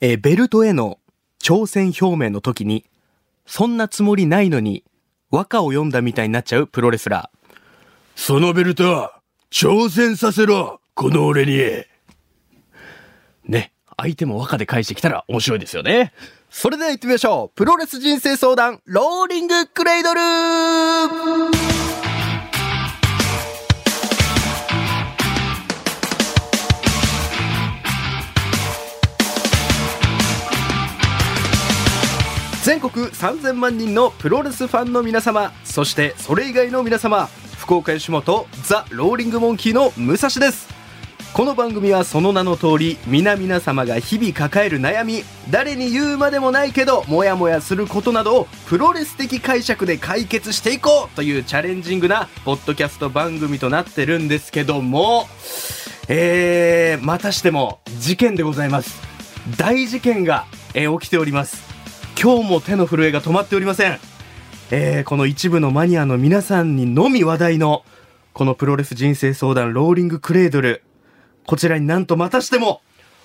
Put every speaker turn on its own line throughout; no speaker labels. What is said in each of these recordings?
えーベルトへの挑戦表明の時に、そんなつもりないのに、和歌を読んだみたいになっちゃうプロレスラー。
そのベルト、挑戦させろこの俺に
ね。相手も和歌で返してきたら面白いですよね。それでは行ってみましょう。プロレス人生相談、ローリングクレイドル全国3000万人のプロレスファンの皆様そしてそれ以外の皆様福岡吉本ザ・ローリングモンキーの武蔵ですこの番組はその名の通り皆々様が日々抱える悩み誰に言うまでもないけどモヤモヤすることなどをプロレス的解釈で解決していこうというチャレンジングなポッドキャスト番組となってるんですけどもえー、またしても事件でございます大事件が、えー起きております今日も手の震えが止まっておりませんえーこの一部のマニアの皆さんにのみ話題のこのプロレス人生相談ローリングクレードルこちらになんとまたしても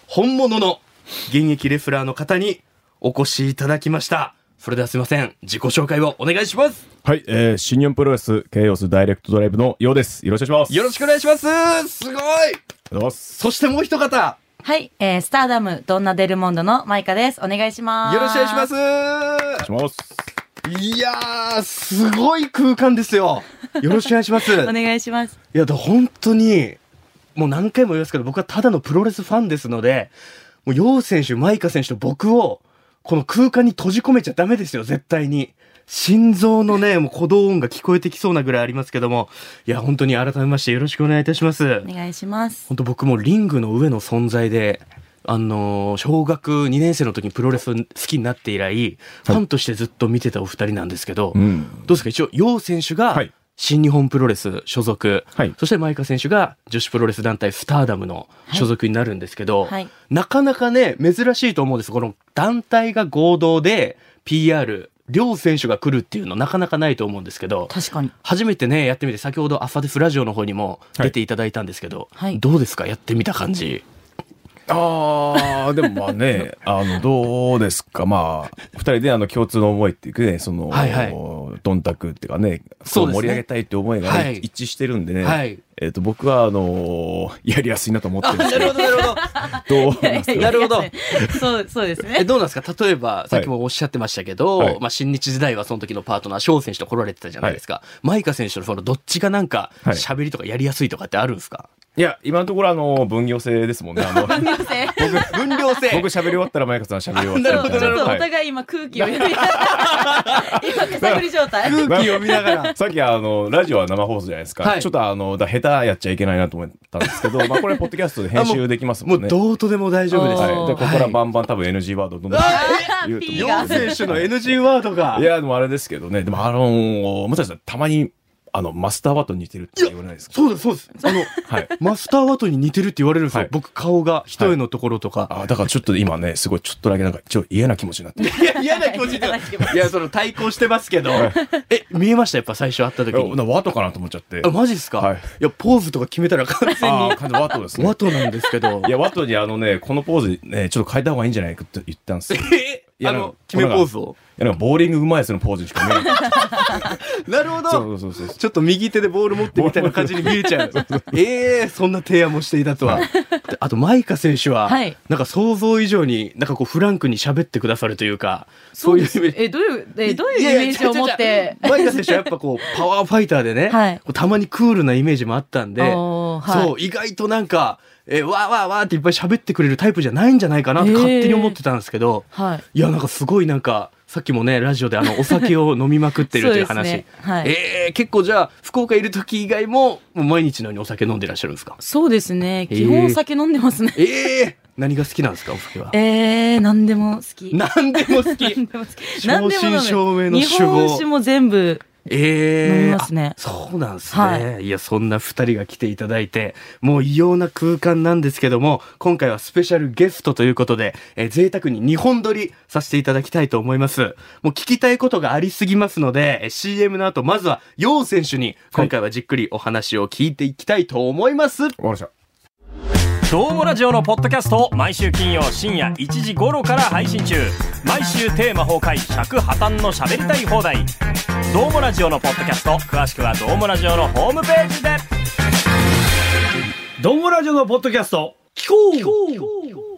本物の現役レスラーの方にお越しいただきましたそれではすいません自己紹介をお願いします
はい、えー、新日本プロレス、ケイオスダイレクトドライブのようです。よろしくお願いします。
よろしくお願いしますすごい
お願いします。
そしてもう一方
はい、えー、スターダム、ドンナデルモンドのマイカです。お願いします。。
よろしくお願いしますす
お願いします。
いやーすごい空間です よよろしくお願いします
お願いします。
いや、だ本当に、もう何回も言いますけど、僕はただのプロレスファンですので、もう、楊選手、マイカ選手と僕を、この空間に閉じ込めちゃダメですよ、絶対に。心臓のね、もう鼓動音が聞こえてきそうなぐらいありますけども、いや、本当に改めましてよろしくお願いいたします
お。願いします。
本当僕もリングの上の存在で、あのー小学2年生の時にプロレス好きになって以来、ファンとしてずっと見てたお二人なんですけど、
うん。
どうですか一応、楊選手が
はい
新日本プロレス所属、
はい
そしてマイカ選手が女子プロレス団体スターダムの所属になるんですけど、
はい。
なかなかね、珍しいと思うんです。この団体が合同で PR、両選手が来るっていうのなかなかないと思うんですけど、
確かに。
初めてね、やってみて、先ほど朝ですラジオの方にも出ていただいたんですけど、
はい
どうですかやってみた感じ。
あー、でもまあ ね、あの、どうですか。まあ、二人であの共通の思いっていうかね、その、
はいは
どんたくっていうかね、
そうですね
盛り上げたいって思いがね、
はい
一致してるんでね、
はい
えっ、と、僕はあのーやりやすいなと思ってるんですけ
ほど、なるほど。
ど、どう思 います
い やなるほど。
そう、そうです
え
ね。
どうなんですか例えば、さっきもおっしゃってましたけど、
はい
まあ、新日時代はその時のパートナー、翔選手と来られてたじゃないですか。マイカ選手のそのどっちがなんか、
はい
喋りとかやりやすいとかってあるんですか、
いや、今のところあの、分業制ですもんね。あ の、僕
すいません
分量制
喋り終わったらマイカさん喋り終わった
な
ら
るほどな
ちょっ
るほ
と
ど
お互い今空気を読 み今、手探り状態。
空気読みながら。
さっきあのラジオは生放送じゃないですか、
はい
ちょっとあのだ下手やっちゃいけないなと思ったんですけ どまあこれポッドキャストで編集できます
も
も
うん
ね
どうとでも大丈夫です。
はい、で
おー
ここからバンバン多分 NG ワードどんどん
あ
言うと
ピ
思
ー
う
が
楊選手の NG ワードが。
いやでもあれですけどねでもあのー、武蔵さんたまにあのマスターワットに似てるって言われないですか
そうです、そうです。あの、
はい
マスターワトに似てるって言われるんですよ。
はい
僕、顔が、一重のところとか。
あだからちょっと今ねすごいちょっとだけなんかちょっと嫌な気持ちに なってる
いや、嫌な気持ちで。いや、その、対抗してますけど。え、見えましたやっぱ最初会った時
な
に。
ワトかなと思っちゃって
あ、マジっすか、
はい
い、や、ポーズとか決めたら完全
ああ完全ワトです
に。
ね
ワトなんですけ ど。
いやワトにあのねこのポーズねちょっと変えた方がいいんじゃないかって言ったんですよい
え
いや
あ
なん
の
か、
決めポーズを。
やなんかボーリングうまいやつのポーズにしか見えない
なるほ
そ
ど。
うそうそうそう
ちょっと右手でボール持ってみたいな感じに見えちゃう。 ええそんな提案もしていたとは。で あと、マイカ選手は、
はい
なんか想像以上に、なんかこう、フランクに喋ってくださるというか、そういうイメージ。
え、どういう、え、どういう
やや
イメージを持って。
違う違う違うマイカ選手はやっぱこう、パワーファイターでね、
はい
こうたまにクールなイメージもあったんで、
おーはい
そう、意外となんか、えーわーわーわーっていっぱい喋ってくれるタイプじゃないんじゃないかなって
へー
勝手に思ってたんですけど、
はい。
いや、なんかすごいなんか、さっきもね、ラジオであの、お酒を飲みまくってるという話。
そうですねはい
えー結構じゃあ、福岡いる時以外も、もう毎日のようにお酒飲んでらっしゃるんですか
そうですね。
えー
基本お酒飲んでますね。
えー、何が好きなんですか、お酒は。
えー、何でも好き。
何でも好
何
き。
でも好き。
正
何でも飲む
真正銘の
日本酒も全部。
ええ
飲みますね
あそうなんですね。、
はい
や、そんな二人が来ていただいて、もう異様な空間なんですけども、今回はスペシャルゲストということで、えー贅沢に2本撮りさせていただきたいと思います。もう聞きたいことがありすぎますので、えー CM の後、まずは、楊選手に、今回はじっくりお話を聞いていきたいと思います。
わかりました
どうもラジオのポッドキャストを毎週金曜深夜1時頃から配信中毎週テーマ崩壊尺破綻の喋りたい放題どうもラジオのポッドキャスト詳しくはどうもラジオのホームページで
どうもラジオのポッドキャスト、聞こう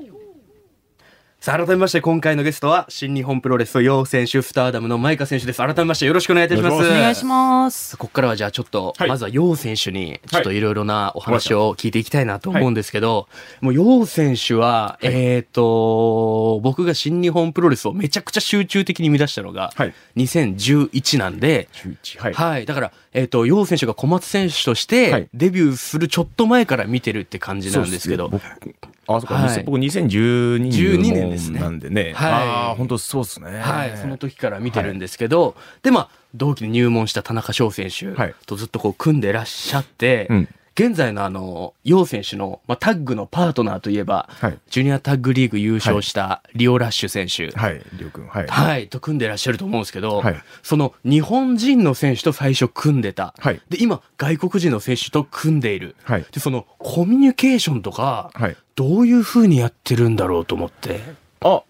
さあ改めまして今回のゲストは新日本プロレス養選手スターダムのマイカ選手です改めましてよろしくお願いいたします
お
お願いします。
ここからはじゃあちょっと、
はい
まずは楊選手にちょっといろいろなお話を聞いていきたいなと
はい
思うんですけど、もう楊選手は、えっ、と、僕が新日本プロレスをめちゃくちゃ集中的に見出したのが、
はい
2011なんで、
11はい、
はい。だから、えっ、と、楊選手が小松選手とし
は
て
い、
デビューするちょっと前から見てるって感じなんですけど、
そうっすね僕あそっか、
はい
僕2012年
12年ですね
なんで
は
ね、
い
ああ本当そうですね
はい、その時から見てるんですけど、でまあ同期に入門した田中翔選手
はい
とずっとこう組んでらっしゃって、
うん
現在のあの楊選手の、まあ、タッグのパートナーといえば、
はい
ジュニアタッグリーグ優勝したリオラッシュ選手、はい
はいりょうくんはい
と組んでらっしゃると思うんですけど、
はい
その日本人の選手と最初組んでた、
はい
で今外国人の選手と組んでいる、
はい
でそのコミュニケーションとか、
はい
どういうふうにやってるんだろうと思って。
あ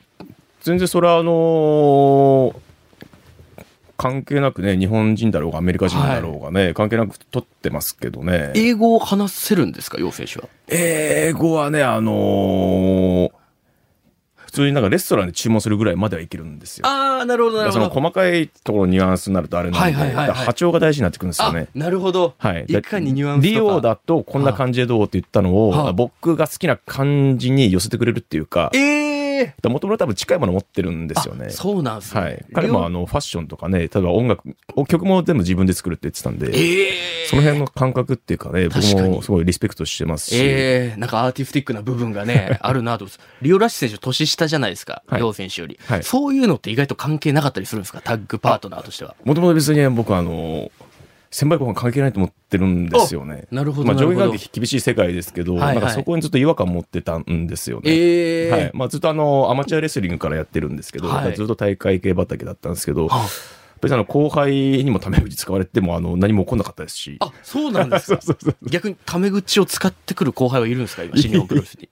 全然それはあのー関係なくね日本人だろうがアメリカ人だろうがね、関係なく取ってますけどね
英語を話せるんですか、楊選手は。
英語はねあのー普通になんかレストランで注文するぐらいまではいけるんですよ
ああ、なるほど、なるほ
その
ど。
細かいところのニュアンスになるとあれなんで、
はいはいはいはい
だから波長が大事になってくるんですよ
あ
ね、
なるほど。
はい。
いかにニュアンスとか。
リオだとこんな感じでどうって言ったのを、
はあ
僕が好きな感じに寄せてくれるっていうか、
ええ
もともと多分近いもの持ってるんですよね。
そうなんですね。
はい。彼もあ
の、
の、ファッションとかね、例えば音楽、曲も全部自分で作るって言ってたんで、
ええ
その辺の感覚っていうかね、僕
確かに
もすごいリスペクトしてますし、
ええなんかアーティスティックな部分がね、あるなと思ってリオラッシュ選手年下じゃないですか、
はい
楊選手より、
はい
そういうのって意外と関係なかったりするんですか、タッグパートナーとしては。
もともと別に僕はあの、先輩後輩関係ないと思ってるんですよね。
なるほど
まあ、
なる
上
ほ
下
ど
関係厳しい世界ですけど、
はいはい
なんかそこにちょっと違和感持ってたんですよね。
ええ
はいまあ、ずっとあのアマチュアレスリングからやってるんですけど、
はい
ずっと大会系畑だったんですけど、
はあ
別にあの後輩にもタメ口使われてもあの何も起こんなかったですし、
あそうなんです か逆にタメ口を使ってくる後輩はいるんですか、今、新日本プロレスに。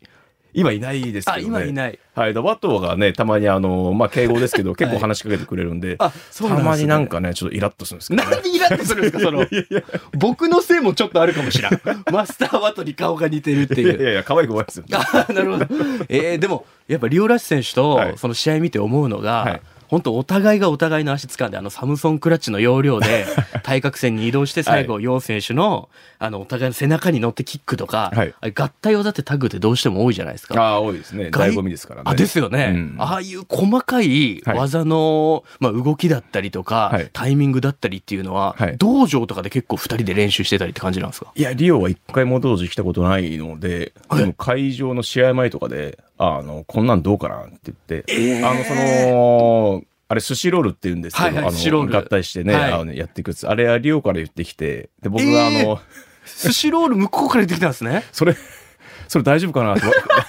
今いないですけど、
あ、
ね、
今いない。
はい、だワトがね、たまにあの、まあ、敬 語ですけど、結構話しかけてくれるんで、
あそうなんですね
たまになんかね、ちょっとイラッとするんですけど、ね、
何イラッとするんですか、その。僕のせいもちょっとあるかもしらん。マスターワトに顔が似てるって
い
い
や
う
い。やいや、可愛い子多いですよね。
あーなるほど。えーでも、やっぱリオラッシュ選手
は
と
い
その試合見て思うのが、
はい
本当お互いがお互いの足掴んで、あのサムソンクラッチの要領で対角線に移動して最後、楊選手の、あの、お互いの背中に乗ってキックとか、
はい
あれ合体技ってタッグってどうしても多いじゃないですか。
ああ、多いですね。
外
醍醐味ですからね。
あですよね、
うん
ああいう細かい技の、まあ、動きだったりとか、
はい
タイミングだったりっていうのは、
はい
道場とかで結構2人で練習してたりって感じなんですか
いや、リオは一回も当時来たことないので、でも会場の試合前とかで、あの、こんなんどうかなって言って、あの、その、あれ、寿司ロールって言うんですけど、
はいはい
あ
寿司ロー
の、
ル
合体してね、
はい
あのやっていくやつ。あれはリオから言ってきて、で、僕があの、
えースシロール向こうから出てきたんですね
それ、それ大丈夫かなと、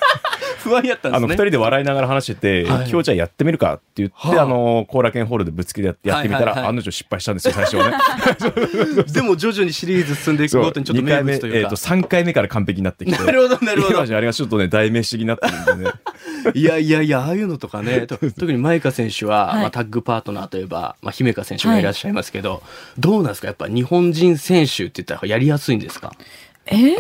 不安やったんで
あの、
す
二
ね
人で笑いながら話してて、
はい
今日じゃあやってみるかって言って、
はあ
あの、後楽園ホールでぶつけてやってやってみたら、
はいはいはい
案の定失敗したん ですよ、最初はね。
でも徐々にシリーズ進んでいくごとにちょっと
2
名
回目、え
物
っ、
というか
と、。3回目から完璧になってき て。
なるほど、なるほ
今
ど。
じゃあれがちょっとね、代名詞になってるんでね。
いやいやいや、ああいうのとか ね、と特にマイカ選手は、
はい
まあ、タッグパートナーといえば、まあ、姫香選手がいらっしゃいますけど、どうなんですかやっぱ日本人選手って言ったらやりやすいんですか
ええ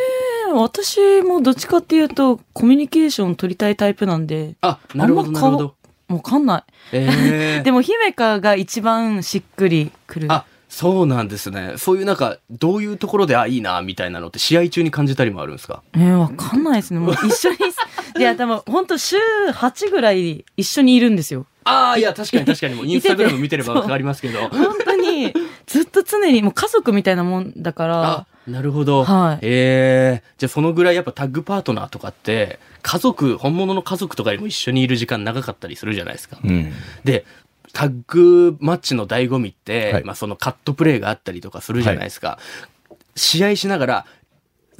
私もどっちかっていうと、コミュニケーション取りたいタイプなんで。
あ、なるほど、
あん
な
ま
る
顔
ほど。
わかんない。
ええ
でも、姫香が一番しっくりくる。
あ、そうなんですね。そういうなんか、どういうところで、あ、いいな、みたいなのって試合中に感じたりもあるんですか
えー、わかんないですね。もう 一緒に、いや、多分、ほんと週8ぐらい一緒にいるんですよ。
ああ、いや、確かに確かに、もうインスタグラ ム見てれば
そう
わかりますけど。
本当に、ずっと常に、もう家族みたいなもんだから
あ、なるほど。
はい
ええじゃあそのぐらいやっぱタッグパートナーとかって、家族、本物の家族とかにも一緒にいる時間長かったりするじゃないですか。
うん。
で、タッグマッチの醍醐味って、
はい
まあそのカットプレーがあったりとかするじゃないですか。試合しながら、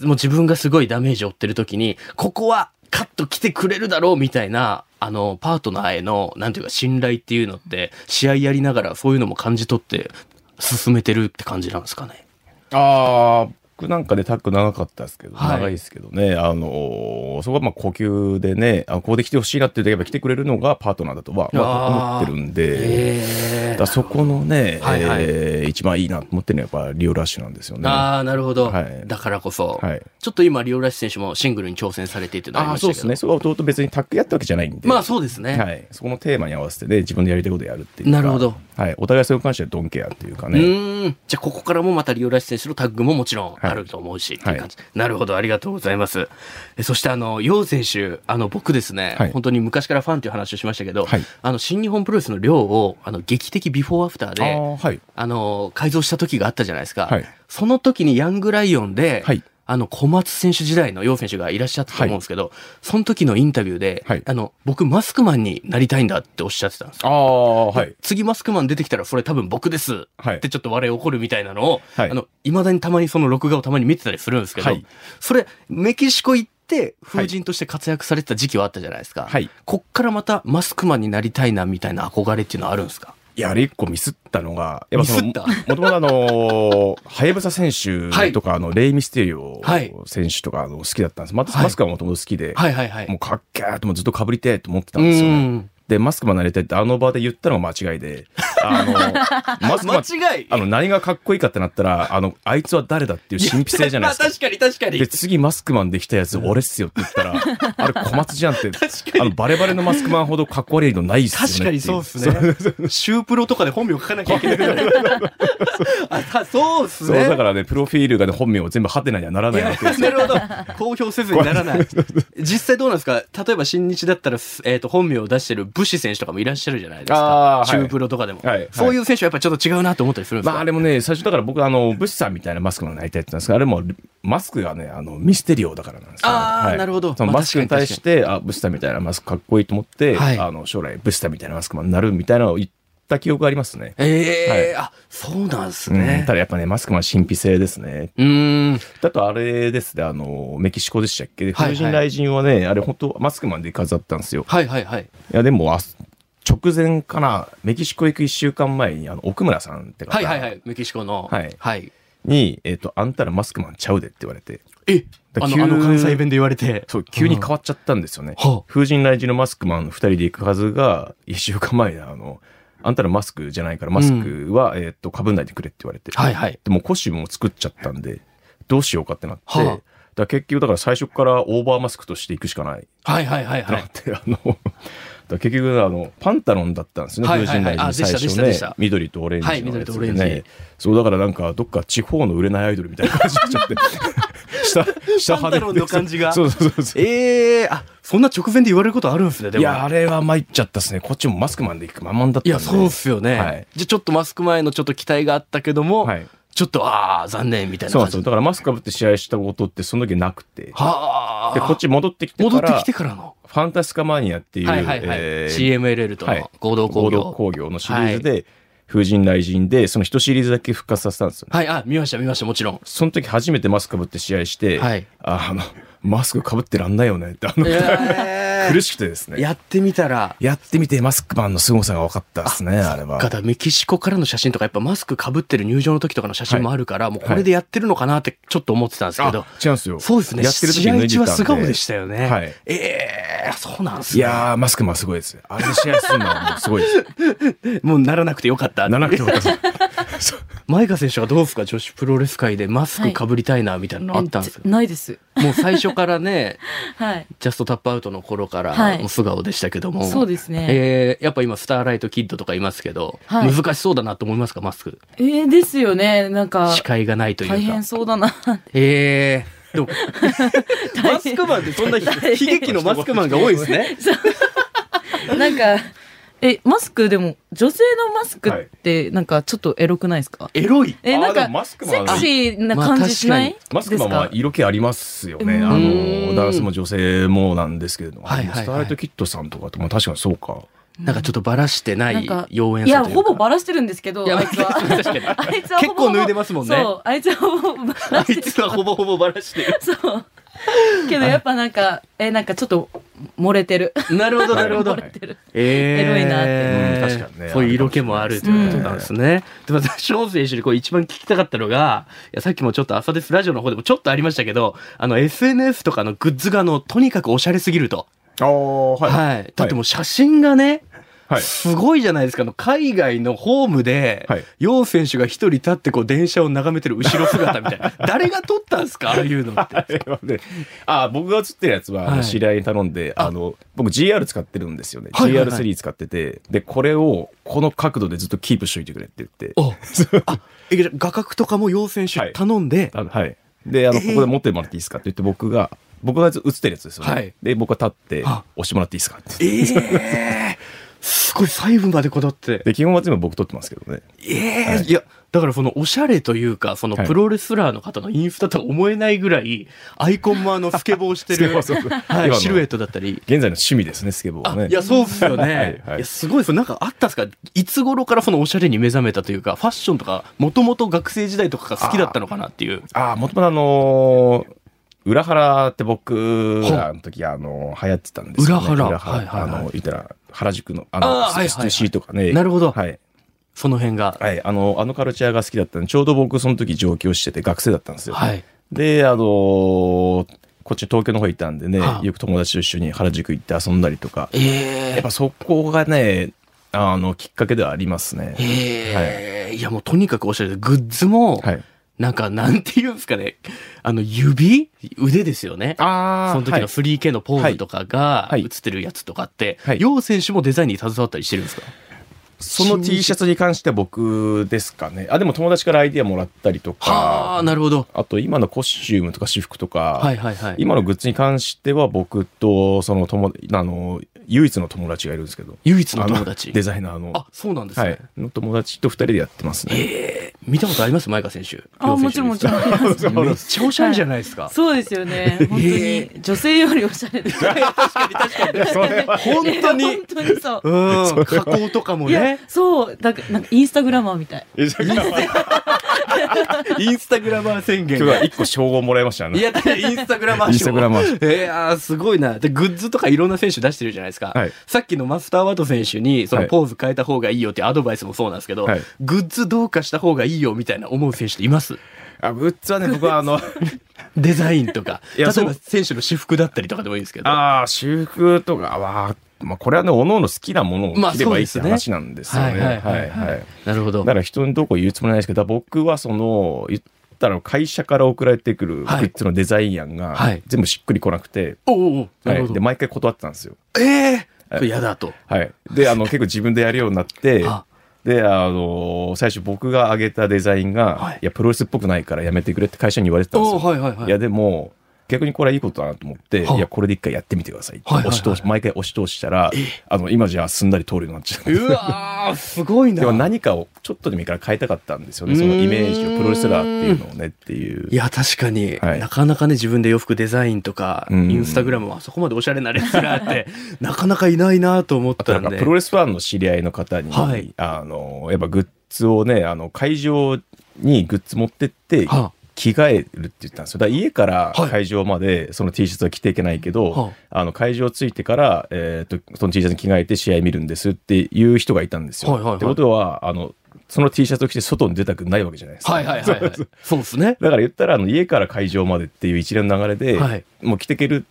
もう自分がすごいダメージを負ってる時に、ここはカット来てくれるだろうみたいな、あの、パートナーへの、なんていうか信頼っていうのって、試合やりながらそういうのも感じ取って、進めてるって感じなんですかね。
ああ、僕なんかでタック長かったですけど、
はい
長いですけどね、あのーそこはまあ呼吸でね、あこうで来てほしいなっていう時はやっぱ来てくれるのがパートナーだとは、まあ
あー
思ってるんで、だからそこのね、
はいはい
えー一番いいなと思ってるのはやっぱリオラッシュなんですよね。は
ああ、なるほど、
はい
だからこそ、
い。
ちょっと今、リオラシ選手もシングルに挑戦されていてなり
あ
ま
ー
した
そ
けど。
うですね。そこは弟別にタックやったわけじゃないんで。
まあそうですね。
はい、そこのテーマに合わせてね自分でやりたいことやるっていうか
なるほど、
はい、お互いそれに関してはドンケアっていうか
う
ね
ーん。じゃあ、ここからもまたリオラシ選手のタッグももちろんあると思うし、っていう感じ。なるほど、ありがとうございます。えそして、あの、楊選手、あの、僕ですね、
はい
本当に昔からファンという話をしましたけど、
はい
あの、新日本プロレスの量を、あの、劇的ビフォーアフター
あ
で、
ーはい
あの、改造した時があったじゃないですか。
はい
その時にヤングライオンで、
はい
あの、小松選手時代の楊選手がいらっしゃったと思うんですけど、その時のインタビューで、
はい
あの、僕マスクマンになりたいんだっておっしゃってたんですよ
ああはい
次マスクマン出てきたらそれ多分僕です
はい
ってちょっと笑い起こるみたいなのを、
はい
あの、未だにたまにその録画をたまに見てたりするんですけど、
はい
それ、メキシコ行って風神として活躍されてた時期はあったじゃないですか。
はい
こっからまたマスクマンになりたいなみたいな憧れっていうのはあるんですか
いやあれ一個ミスったのがやっぱその
ミスった
もともとあのーはやぶさ選手とか、あのレイ・ミステリオ
はい
選手とかあの好きだったんですマ,、
はい
マスクはもともと好きで、
はいはいはい。
もうかっけーともずっとかぶりてえと思ってたんですよね
うん
でマスクマンになりたいってあの場で言ったのが間違いで あのマスクマン
間違い
あの何がかっこいいかってなったらあのあいつは誰だっていう神秘性じゃないですか
まあ確かに確かに
で、。次マスクマンできたやつ俺っすよって言っ たら、あれ小松じゃんって、あの、バレバレのマスクマンほどかっこ悪いのないっすよね。
確かにそうです
ってい。
ね。シュープロとかで本名書かなきゃいけないからね。 あたそうっす
そう、だ
ね。
からね、プロフィールがね、本名を全部ハテナにはならないわけです
なるほど。 公表せずにならない。 実際どうなんですか例えば新日だったら、えっ、と、本名を出してる武士選手とかもいらっしゃるじゃないです
あ
か。
ー
シ
はい
ュープロとかでも、
はい
そういう選手はやっぱちょっと違うなと思ったりするんですか、
まあでもね、最初だから僕、あの、武士さんみたいなマスクマンになりたいって言ったんですけど、あれも、マスクがね、あの、ミステリオだからなんですよ、
あー
はい
なるほど
その
まあ
マスクに対して、あ、武士さんみたいなマスクかっこいいと思って、
はい
あの、将来武士さんみたいなマスクマンになるみたいなのを言った記憶がありますね。
ええ
はい
あ、そうなんです
うん
ね
た。だやっぱね、マスクマン神秘性ですね。
うーん。
だとあれですね、あの、メキシコでしたっけで、
はい
風
はい
神雷神はね、あれ本当マスクマンで飾ったんですよ。
はいはいはい。
いや、でも、あ直前かな、メキシコ行く1週間前に、あの、奥村さんって方
は
に、
いはいはい。メキシコの。
はい
はい。
えっ、と、あんたらマスクマンちゃうでって言われて、
え
だ
あ
急
の、あの関西弁で言われて。
そう、急に変わっちゃったんですよね。
はあ
風神雷神のマスクマン2人で行くはずが、1週間前で、あの、あんたらマスクじゃないから、マスクは、えっ、と、かぶんないでくれって言われて、
はいはい。
でもコスチュームも作っちゃったんで、どうしようかってなって、
はあ
だから結局だから最初からオーバーマスクとしていくしかない。
はいはいはい
って
は
ないっ。て、あの、 だから結局、あの、パンタロンだったんですね、
はいは
風
い
神
はい
大臣
あ
最
でしたでし
初ね
たでした。
緑とオレンジの
はい緑とオレ
や
ン
つ
ジ
でね。そう、だからなんか、どっか地方の売れないアイドルみたいな感じになっちゃって。下、 下
パンタロンの感じが
そうそうそうそう。
ええあ、そんな直前で言われることあるんですね、でも。
いや、あれは参っちゃったっすね。こっちもマスクマンで行くまんまんだったんで。
いやそうっすよね。
はい
じゃあちょっとマスク前のちょっと期待があったけども、
はい
ちょっと、ああ、残念みたいな
そうなん
感
です
じ。
よ。だからマスクかぶって試合したことって、その時なくて。
はあ。
で、こっち戻ってきて
戻
か
ってき
ら
て、からの。
ファンタスカマニアっていう、
はいはいはい。
えー
CMLL との合同工業。
合同工業のシリーズで、風神雷神で、その一シリーズだけ復活させたんですよね。
はい、あ、見ました見ました、もちろん。
その時初めてマスクかぶって試合して、
はい
ああの、マスクかぶってらんないよねって、あの、 苦しくてですね。
やってみたら、
やってみてマスクマンの凄さが分かったですね、あれは。
かだメキシコからの写真とか、やっぱマスク被ってる入場の時とかの写真もあるから、もうこれでやってるのかなってちょっと思ってたんですけど。
あ違うんですよ。
そうですね。
やってる時
試
に脱
合
い
中
でたん
は
で
素顔でしたよね。
はい
ええそうなんです
い
ね。
やー、マスクマンすごいです。あれで試合するのはもうすご いです。
もうならなくてよかった。
ならなくてもよかった
前川選手はどうですか女子プロレス界でマスクかぶりたいなみたいなのあったんですか、
えないです。
もう最初からね
はい。
ジャストタップアウトの頃から
はい
もう素顔でしたけども、
そうですね
えーやっぱ今スターライトキッドとかいますけど、
はい
難しそうだなと思いますかマスク
えー、ですよね。なんか、
視界がないというか
大変そうだな。
えー でも マスクマンってそんな悲
大変
劇のマスクマンが多いですね
なんか、え、マスクでも、女性のマスクって、なんかちょっとエロくないですか、
エロい
え
あー
なん
で
か
もマスクマ
セ
ン
クシーな感じしない、
マスクマンは
ですか
色気ありますよね。
うん
あ
う
の、
ん
男性も女性もなんですけれども、
はいはいはい
スターライトキッドさんとかとも確かにそうか。
なんかちょっとバラしてな
なん
い
か
妖
い
艶さ
や
というか
ほぼバラしてるんですけど
いや
あいつは
確かに
あいつはほ
結
ぼほぼ
構脱いでますもんね
そうあいつはほぼバラ
あいつはほぼほぼバラしてる
そうけどやっぱなんかえなんかちょっと漏れてる。
なるほど、なるほど
漏。れてる。
え
エロいなって
え
うん確かにね
そういう色気もあるということなんですね。でも私、翔選手にこう一番聞きたかったのが、いやさっきもちょっと朝ですラジオの方でもちょっとありましたけど、あの SNS とかのグッズがあの、とにかくおしゃれすぎると。
ああ、はい。
はい。だってもう写真がね、
はい
すごいじゃないですか。あの海外のホームで
はい、
楊、選手が一人立ってこう電車を眺めてる後ろ姿みたい な。誰が撮ったんですかああいうのって。
あれはね、あ僕が映ってるやつは、あ
は
の
い
知り合いに頼んで、あの、僕 GR 使ってるんですよね。
はいはいはい
GR3 使ってて、で、これを、この角度でずっとキープしといてくれって言って、
おあ、えじゃあ画角とかも楊選手頼んで、
あのはい。で、あの、
え
こ
ー
こで持ってもらっていいですかって言って、僕が、僕が映ってるやつですよね。
はい
で、僕が立って
あ、
押してもらっていいですかって。
ええすごい細部までこだわって。
で、基本は全部僕撮ってますけどね。
ええい、や、だからそのおしゃれというか、その
はい
プロレスラーの方のインスタとは思えないぐらい、アイコンもあのスケボーしてる、
スケボー そうそう
は
今
い、
の
シルエットだったり。
現在の趣味ですね、スケボーは
あ
ね。
いや、そうっすよね。
はい
い
はい
や、すごいです。なんかあったんですかいつ頃からそのおしゃれに目覚めたというか、ファッションとか、もともと学生時代とかが好きだったのかなっていう。
ああ、もともとあのー裏腹って僕らの時、あのー流行ってたんですよ、ね。
裏原はいはい
あ
はい
の、言ったら、原宿の、あ
あーはいはいは
の、
い
ス c とかね。
なるほど
はい。
その辺が。
はい。あの、あのカルチャーが好きだったんで、ちょうど僕その時上京してて学生だったんですよ。
はい。
で、あのーこっち東京の方行ったんでね
は、あ
よく友達と一緒に原宿行って遊んだりとか。
ええ
やっぱそこがね、あの、きっかけではありますね。
ええい、やもうとにかくおしゃれで、グッズも、
はい。
なんか、なんていうんですかね。あの、指腕ですよね。
あ
その時の 3K のポーズとかが
はい
映ってるやつとかって、
はい
楊選手もデザインに携わったりしてるんですか
その T シャツに関しては僕ですかね。あ、でも友達からアイディアもらったりと
はあ、
か、
なるほど。
あと今のコスチュームとか私服とか、
はいはいはい。
今のグッズに関しては僕とその友、あの、唯一の友達がいるんですけど、
唯一の友達
あの。デザイナーの、
あ、そうなんですね。
はい、の友達と二人でやってますね。
見たことあります前川選手。
あもちろんもちろん。
ろん。めっちゃおしゃれじゃないですか。
そうですよね。本当に女性よりおしゃれです。本
本当に。
本当にそう。
うん。加工とかも
いや
ね。
そうだからなんかインスタグラマーみたい。
インスタグラマー宣言
今日は一個称号もらいましたね。
いや、インスタグラマー賞。
インスタグラマー
えー、すごいな。で、グッズとかいろんな選手出してるじゃないですか。
はい
さっきのマスターワード選手に、その
はい
ポーズ変えた方がいいよっていうアドバイスもそうなんですけど、
はい
グッズどうかした方がいいよみたいな思う選手っています
あグッズはね、僕はあの、
デザインとか。 例
い
え
や
ば
そう
選手の私服だったりとかでもいいですけど。
ああ、修復とかは、まあ、これはね、おのおの好きなもの
まあ
を着ればいいっ
そ
て
うですね
話なんですよね。
はいはいはいはいなるほど
だか。ら人にどうこう言うつもりないですけど、だから僕はその、言ったら会社から送られてくるグ
はい
ッズのデザイン案が
はい
全部しっくりこなくて、
おうおうな
は
る
い
ほ
で、
ど。
毎回断ってたんですよ。
ええー、やだと。
はい。で、あの、結構自分でやるように なって
あ、
で、あの最初僕が上げたデザインが、
はい
い、や、プロレスっぽくないからやめてくれって会社に言われてたんで
お
すよ。
うはいはいはい
い、や、でも、逆にこれはいいことだなと思って、
はい
いや、これで一回やってみてくださいって。
はいはいはい
押し通し、毎回押し通したら、あの、今じゃあすんなり通るようになっちゃう。
うわー、すごいな。
でも何かをちょっとでもいいから変えたかったんですよね。そのイメージをプロレスラーっていうのをねっていう。
いや、確かに、
はい
なかなかね、自分で洋服デザインとか、
うん
インスタグラムはあそこまでおしゃれなレスラー って、なかなかいないなと思っ
あと
た
なんんか
で
プ。ロレスファンの知り合いの方に、
はい
あの、やっぱグッズをね、あの、会場にグッズ持ってって、
はあ
着替えるって言ったんですよ。だから家から
はい
会場までその T シャツは着ていけないけど、
は
あの会場着いてから、えー、とその T シャツに着替えて試合見るんですっていう人がいたんですよ。
はいはいはい
ってことはあのその T シャツを着て外に出たくないわけじゃないですか。
はいはい はいはい。そうですね。
だから言ったらあの家から会場までっていう一連の流れで、
はい
もう着ていける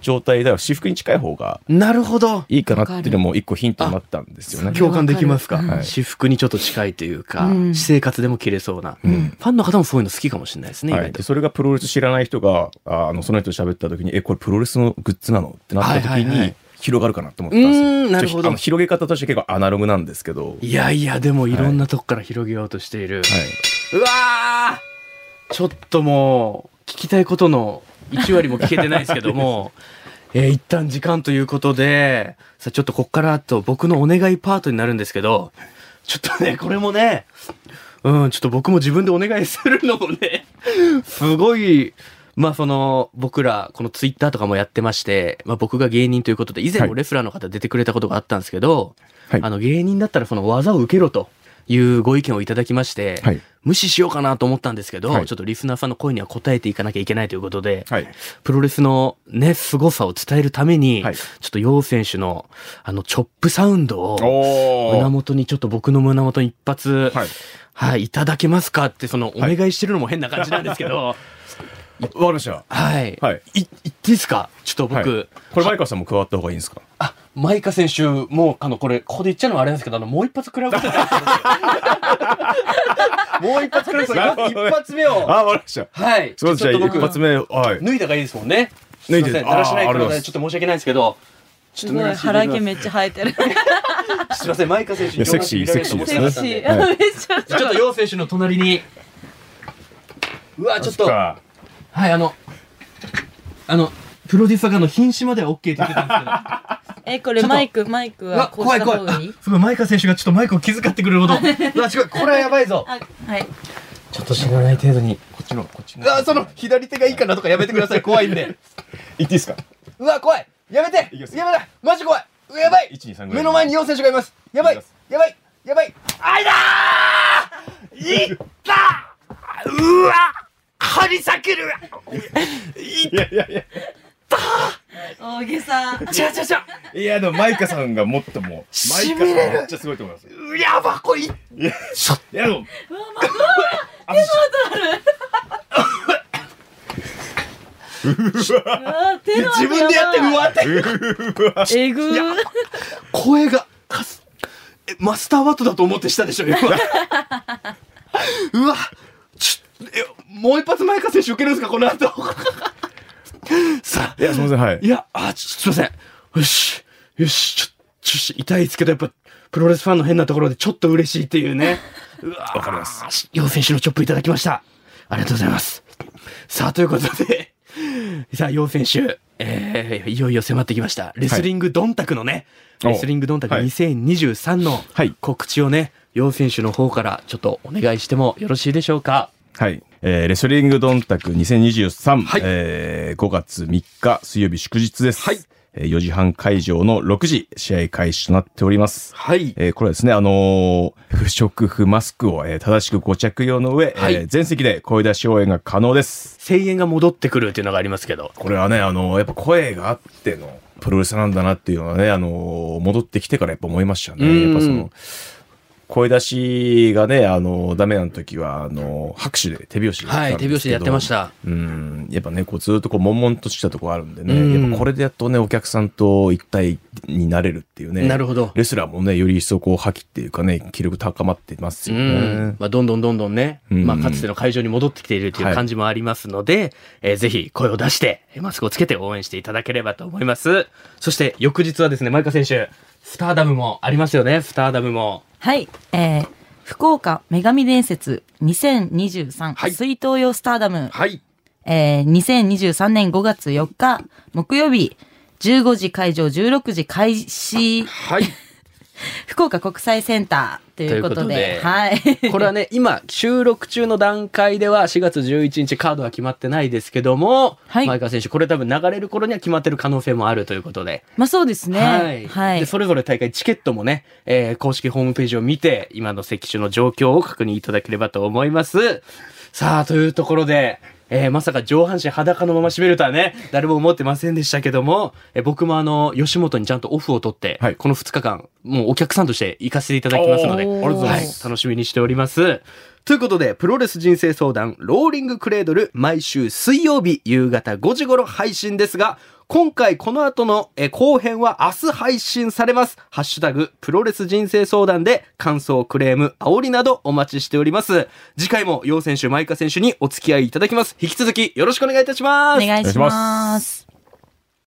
状態だから私服に近い方が
なるほど。
いいかなっていうのも一個ヒントになったんですよね。
共感できますか、
わか
るはい
私服にちょっと近いというか、
うん
私生活でも着れそうな、ファンの方もそういうの好きかもしれないですね、
はい、
意
で
外と。
それがプロレス知らない人がああのその人と喋った時に「えこれプロレスのグッズなの?」ってなった
はい
時
はいはい
に広がるかなと思ったんですよ。
うーんなるほど
ちょっとあの広げ方として結構アナログなんですけど。
いやいや、でもいろんなとこから広げようとしている。うわーちょっともう、聞きたいことの1割も聞けてないですけど も、えー一旦時間ということで、さあちょっとこっからあと僕のお願いパートになるんですけど、ちょっとね、これもね、うん、ちょっと僕も自分でお願いするのもね、すごい、まあその、僕ら、このツイッターとかもやってまして、まあ僕が芸人ということで、以前もレスラーの方出てくれたことがあったんですけど、
はい
あの芸人だったらその技を受けろというご意見をいただきまして、
はい
無視しようかなと思ったんですけど、
はい
ちょっとリスナーさんの声には応えていかなきゃいけないということで、
はい。
プロレスのね、凄さを伝えるために、
はい
ちょっと楊選手の、あの、チョップサウンドを、
お
胸元に、ちょっと僕の胸元に一発、は
はいい、
い、ただけますかって、その、お願いしてるのも変な感じなんですけど、
わかりました。
はい。
はい。
い、いっていいですかちょっと僕、
はいこれ、マイカさんも加わった方がいいんですか
あ、マイカ選手、もう、あの、これ、ここで言っちゃうのはあれなんですけど、あの、もう一発食らうことになって ますもう一発食らうことになってます一発目を、
あ、わかりました。
はい。
そうです。
ちょ
じゃ
っ
あ、
と
一
僕
発目、はい。
脱いだがいいですもんね。
脱い
すいませ
で
んだらしない
あーありがとう
黒
ござい
で
ます
ちょっと申し訳ないんですけど、ちょっと
すご
脱
い
がせていただ
腹
き
毛
ます
めっちゃ生えてる。
すいません、マイカ選手、
いやセクシー
いろんな人見られると思ってなかったんで
めっち
は
ゃ
ちょっと楊選手の隣に、うわ、ちょっと、は
か
い、あの、あの、プロデューサーがあの品種までは OK って言ってたんですけど、
えこれマイクマイク
うわ
はこう
怖
し
い
た
怖い
方がいい？
すごいマイカ選手がちょっとマイクを気遣ってくれるほどうわ違うこれはやばいぞ
あはい。
ちょっと死なない程度 にこっちのこっちのあその左手がいいかなとかやめてください怖いんで
言っていいですか
うわ怖いやめて
いきます
やめだマジ怖いうわやばい
1 2 3ぐらい
目の前に4選手がいますやばい
いきます
やばいやばいあいだーいったうわ張り裂ける
いやいやいや。
大げさ。
ちゃちゃちゃ
いや、でも、マイカさんがもっともう、マイカさんめっちゃすごいと思います。
うやばこい
いや、でも、
うわ手の
自分でやってうわって
て。えぐー。
声がかすえマスターワットだと思ってしたでしょ 今うわちょえもう一発前川選手受けるんですかこの 後さあ
いや、すみません、はい
い。やあちょすいませんよしよしちょちょ痛いですけどやっぱプロレスファンの変なところでちょっと嬉しいっていう ねうわわかります楊選手のチョップいただきましたありがとうございますさあということでさあ楊選手えー、いよいよ迫ってきましたレスリングドンタクのね、
はい
レスリングドンタク
はい
2023の
はい
告知をね、楊選手の方からちょっとお願いしてもよろしいでしょうか
はい。えーレスリングドンタク2023、
はい
えー5月3日水曜日祝日です。
はい
えー4時半会場の6時試合開始となっております。
はい
えーこれはですね、あのー不織布マスクを、えー正しくご着用の上、
はい
えー全席で声出し応援が可能です。
声援が戻ってくるっていうのがありますけど
これはね、あのーやっぱ声があってのプロレスなんだなっていうのはね、あのー戻ってきてからやっぱ思いました
うん
ね。やっぱその、声出しがね、あのーダメな時は、あのー拍手で、手拍子でやってたん
はい
ですけ
手
ど
拍子でやってました
うん、やっぱね、こうずっとこう、悶々としたとこあるんでね、
うん
やっぱこれでやっとね、お客さんと一体になれるっていうね。
なるほど
レスラーもね、より一層こう、覇気っていうかね、気力高まってます
う
よ
ん
ね。
まあ、どんどんどんどんね、
うん
まあ、かつての会場に戻ってきているという感じもありますので、えーぜひ声を出して、マスクをつけて応援していただければと思います。そして翌日はですね、マイカ選手、スターダムもありますよね、スターダムも。
はい、えー、福岡女神伝説2023、
はい
水東洋スターダム、
はい。
えー、2023年5月4日木曜日15時会場16時開始
はい。
福岡国際センターということ
という
で
ことで
はい
これはね、今、収録中の段階では4月11日カードは決まってないですけども、
はい
マイカ選手、これ多分流れる頃には決まってる可能性もあるということで。
まあそうですね
はい、
はい
で、それぞれ大会チケットもね、えー公式ホームページを見て、今の席種の状況を確認いただければと思います。さあ、というところで、えーまさか上半身裸のまま締めるとはね、誰も思ってませんでしたけども、えー僕もあの、吉本にちゃんとオフを取って、
はい
この2日間、もうお客さんとして行かせていただきますので、
おーありがとうございます
はい、楽しみにしております。
ということで、プロレス人生相談、ローリングクレードル、毎週水曜日夕方5時頃配信ですが、今回この後のえー後編は明日配信されます。ハッシュタグ、プロレス人生相談で感想、クレーム、煽りなどお待ちしております。次回も、楊選手、舞香選手にお付き合いいただきます。引き続きよろしくお願いいたします。
お願いし
お願いし
ま
ます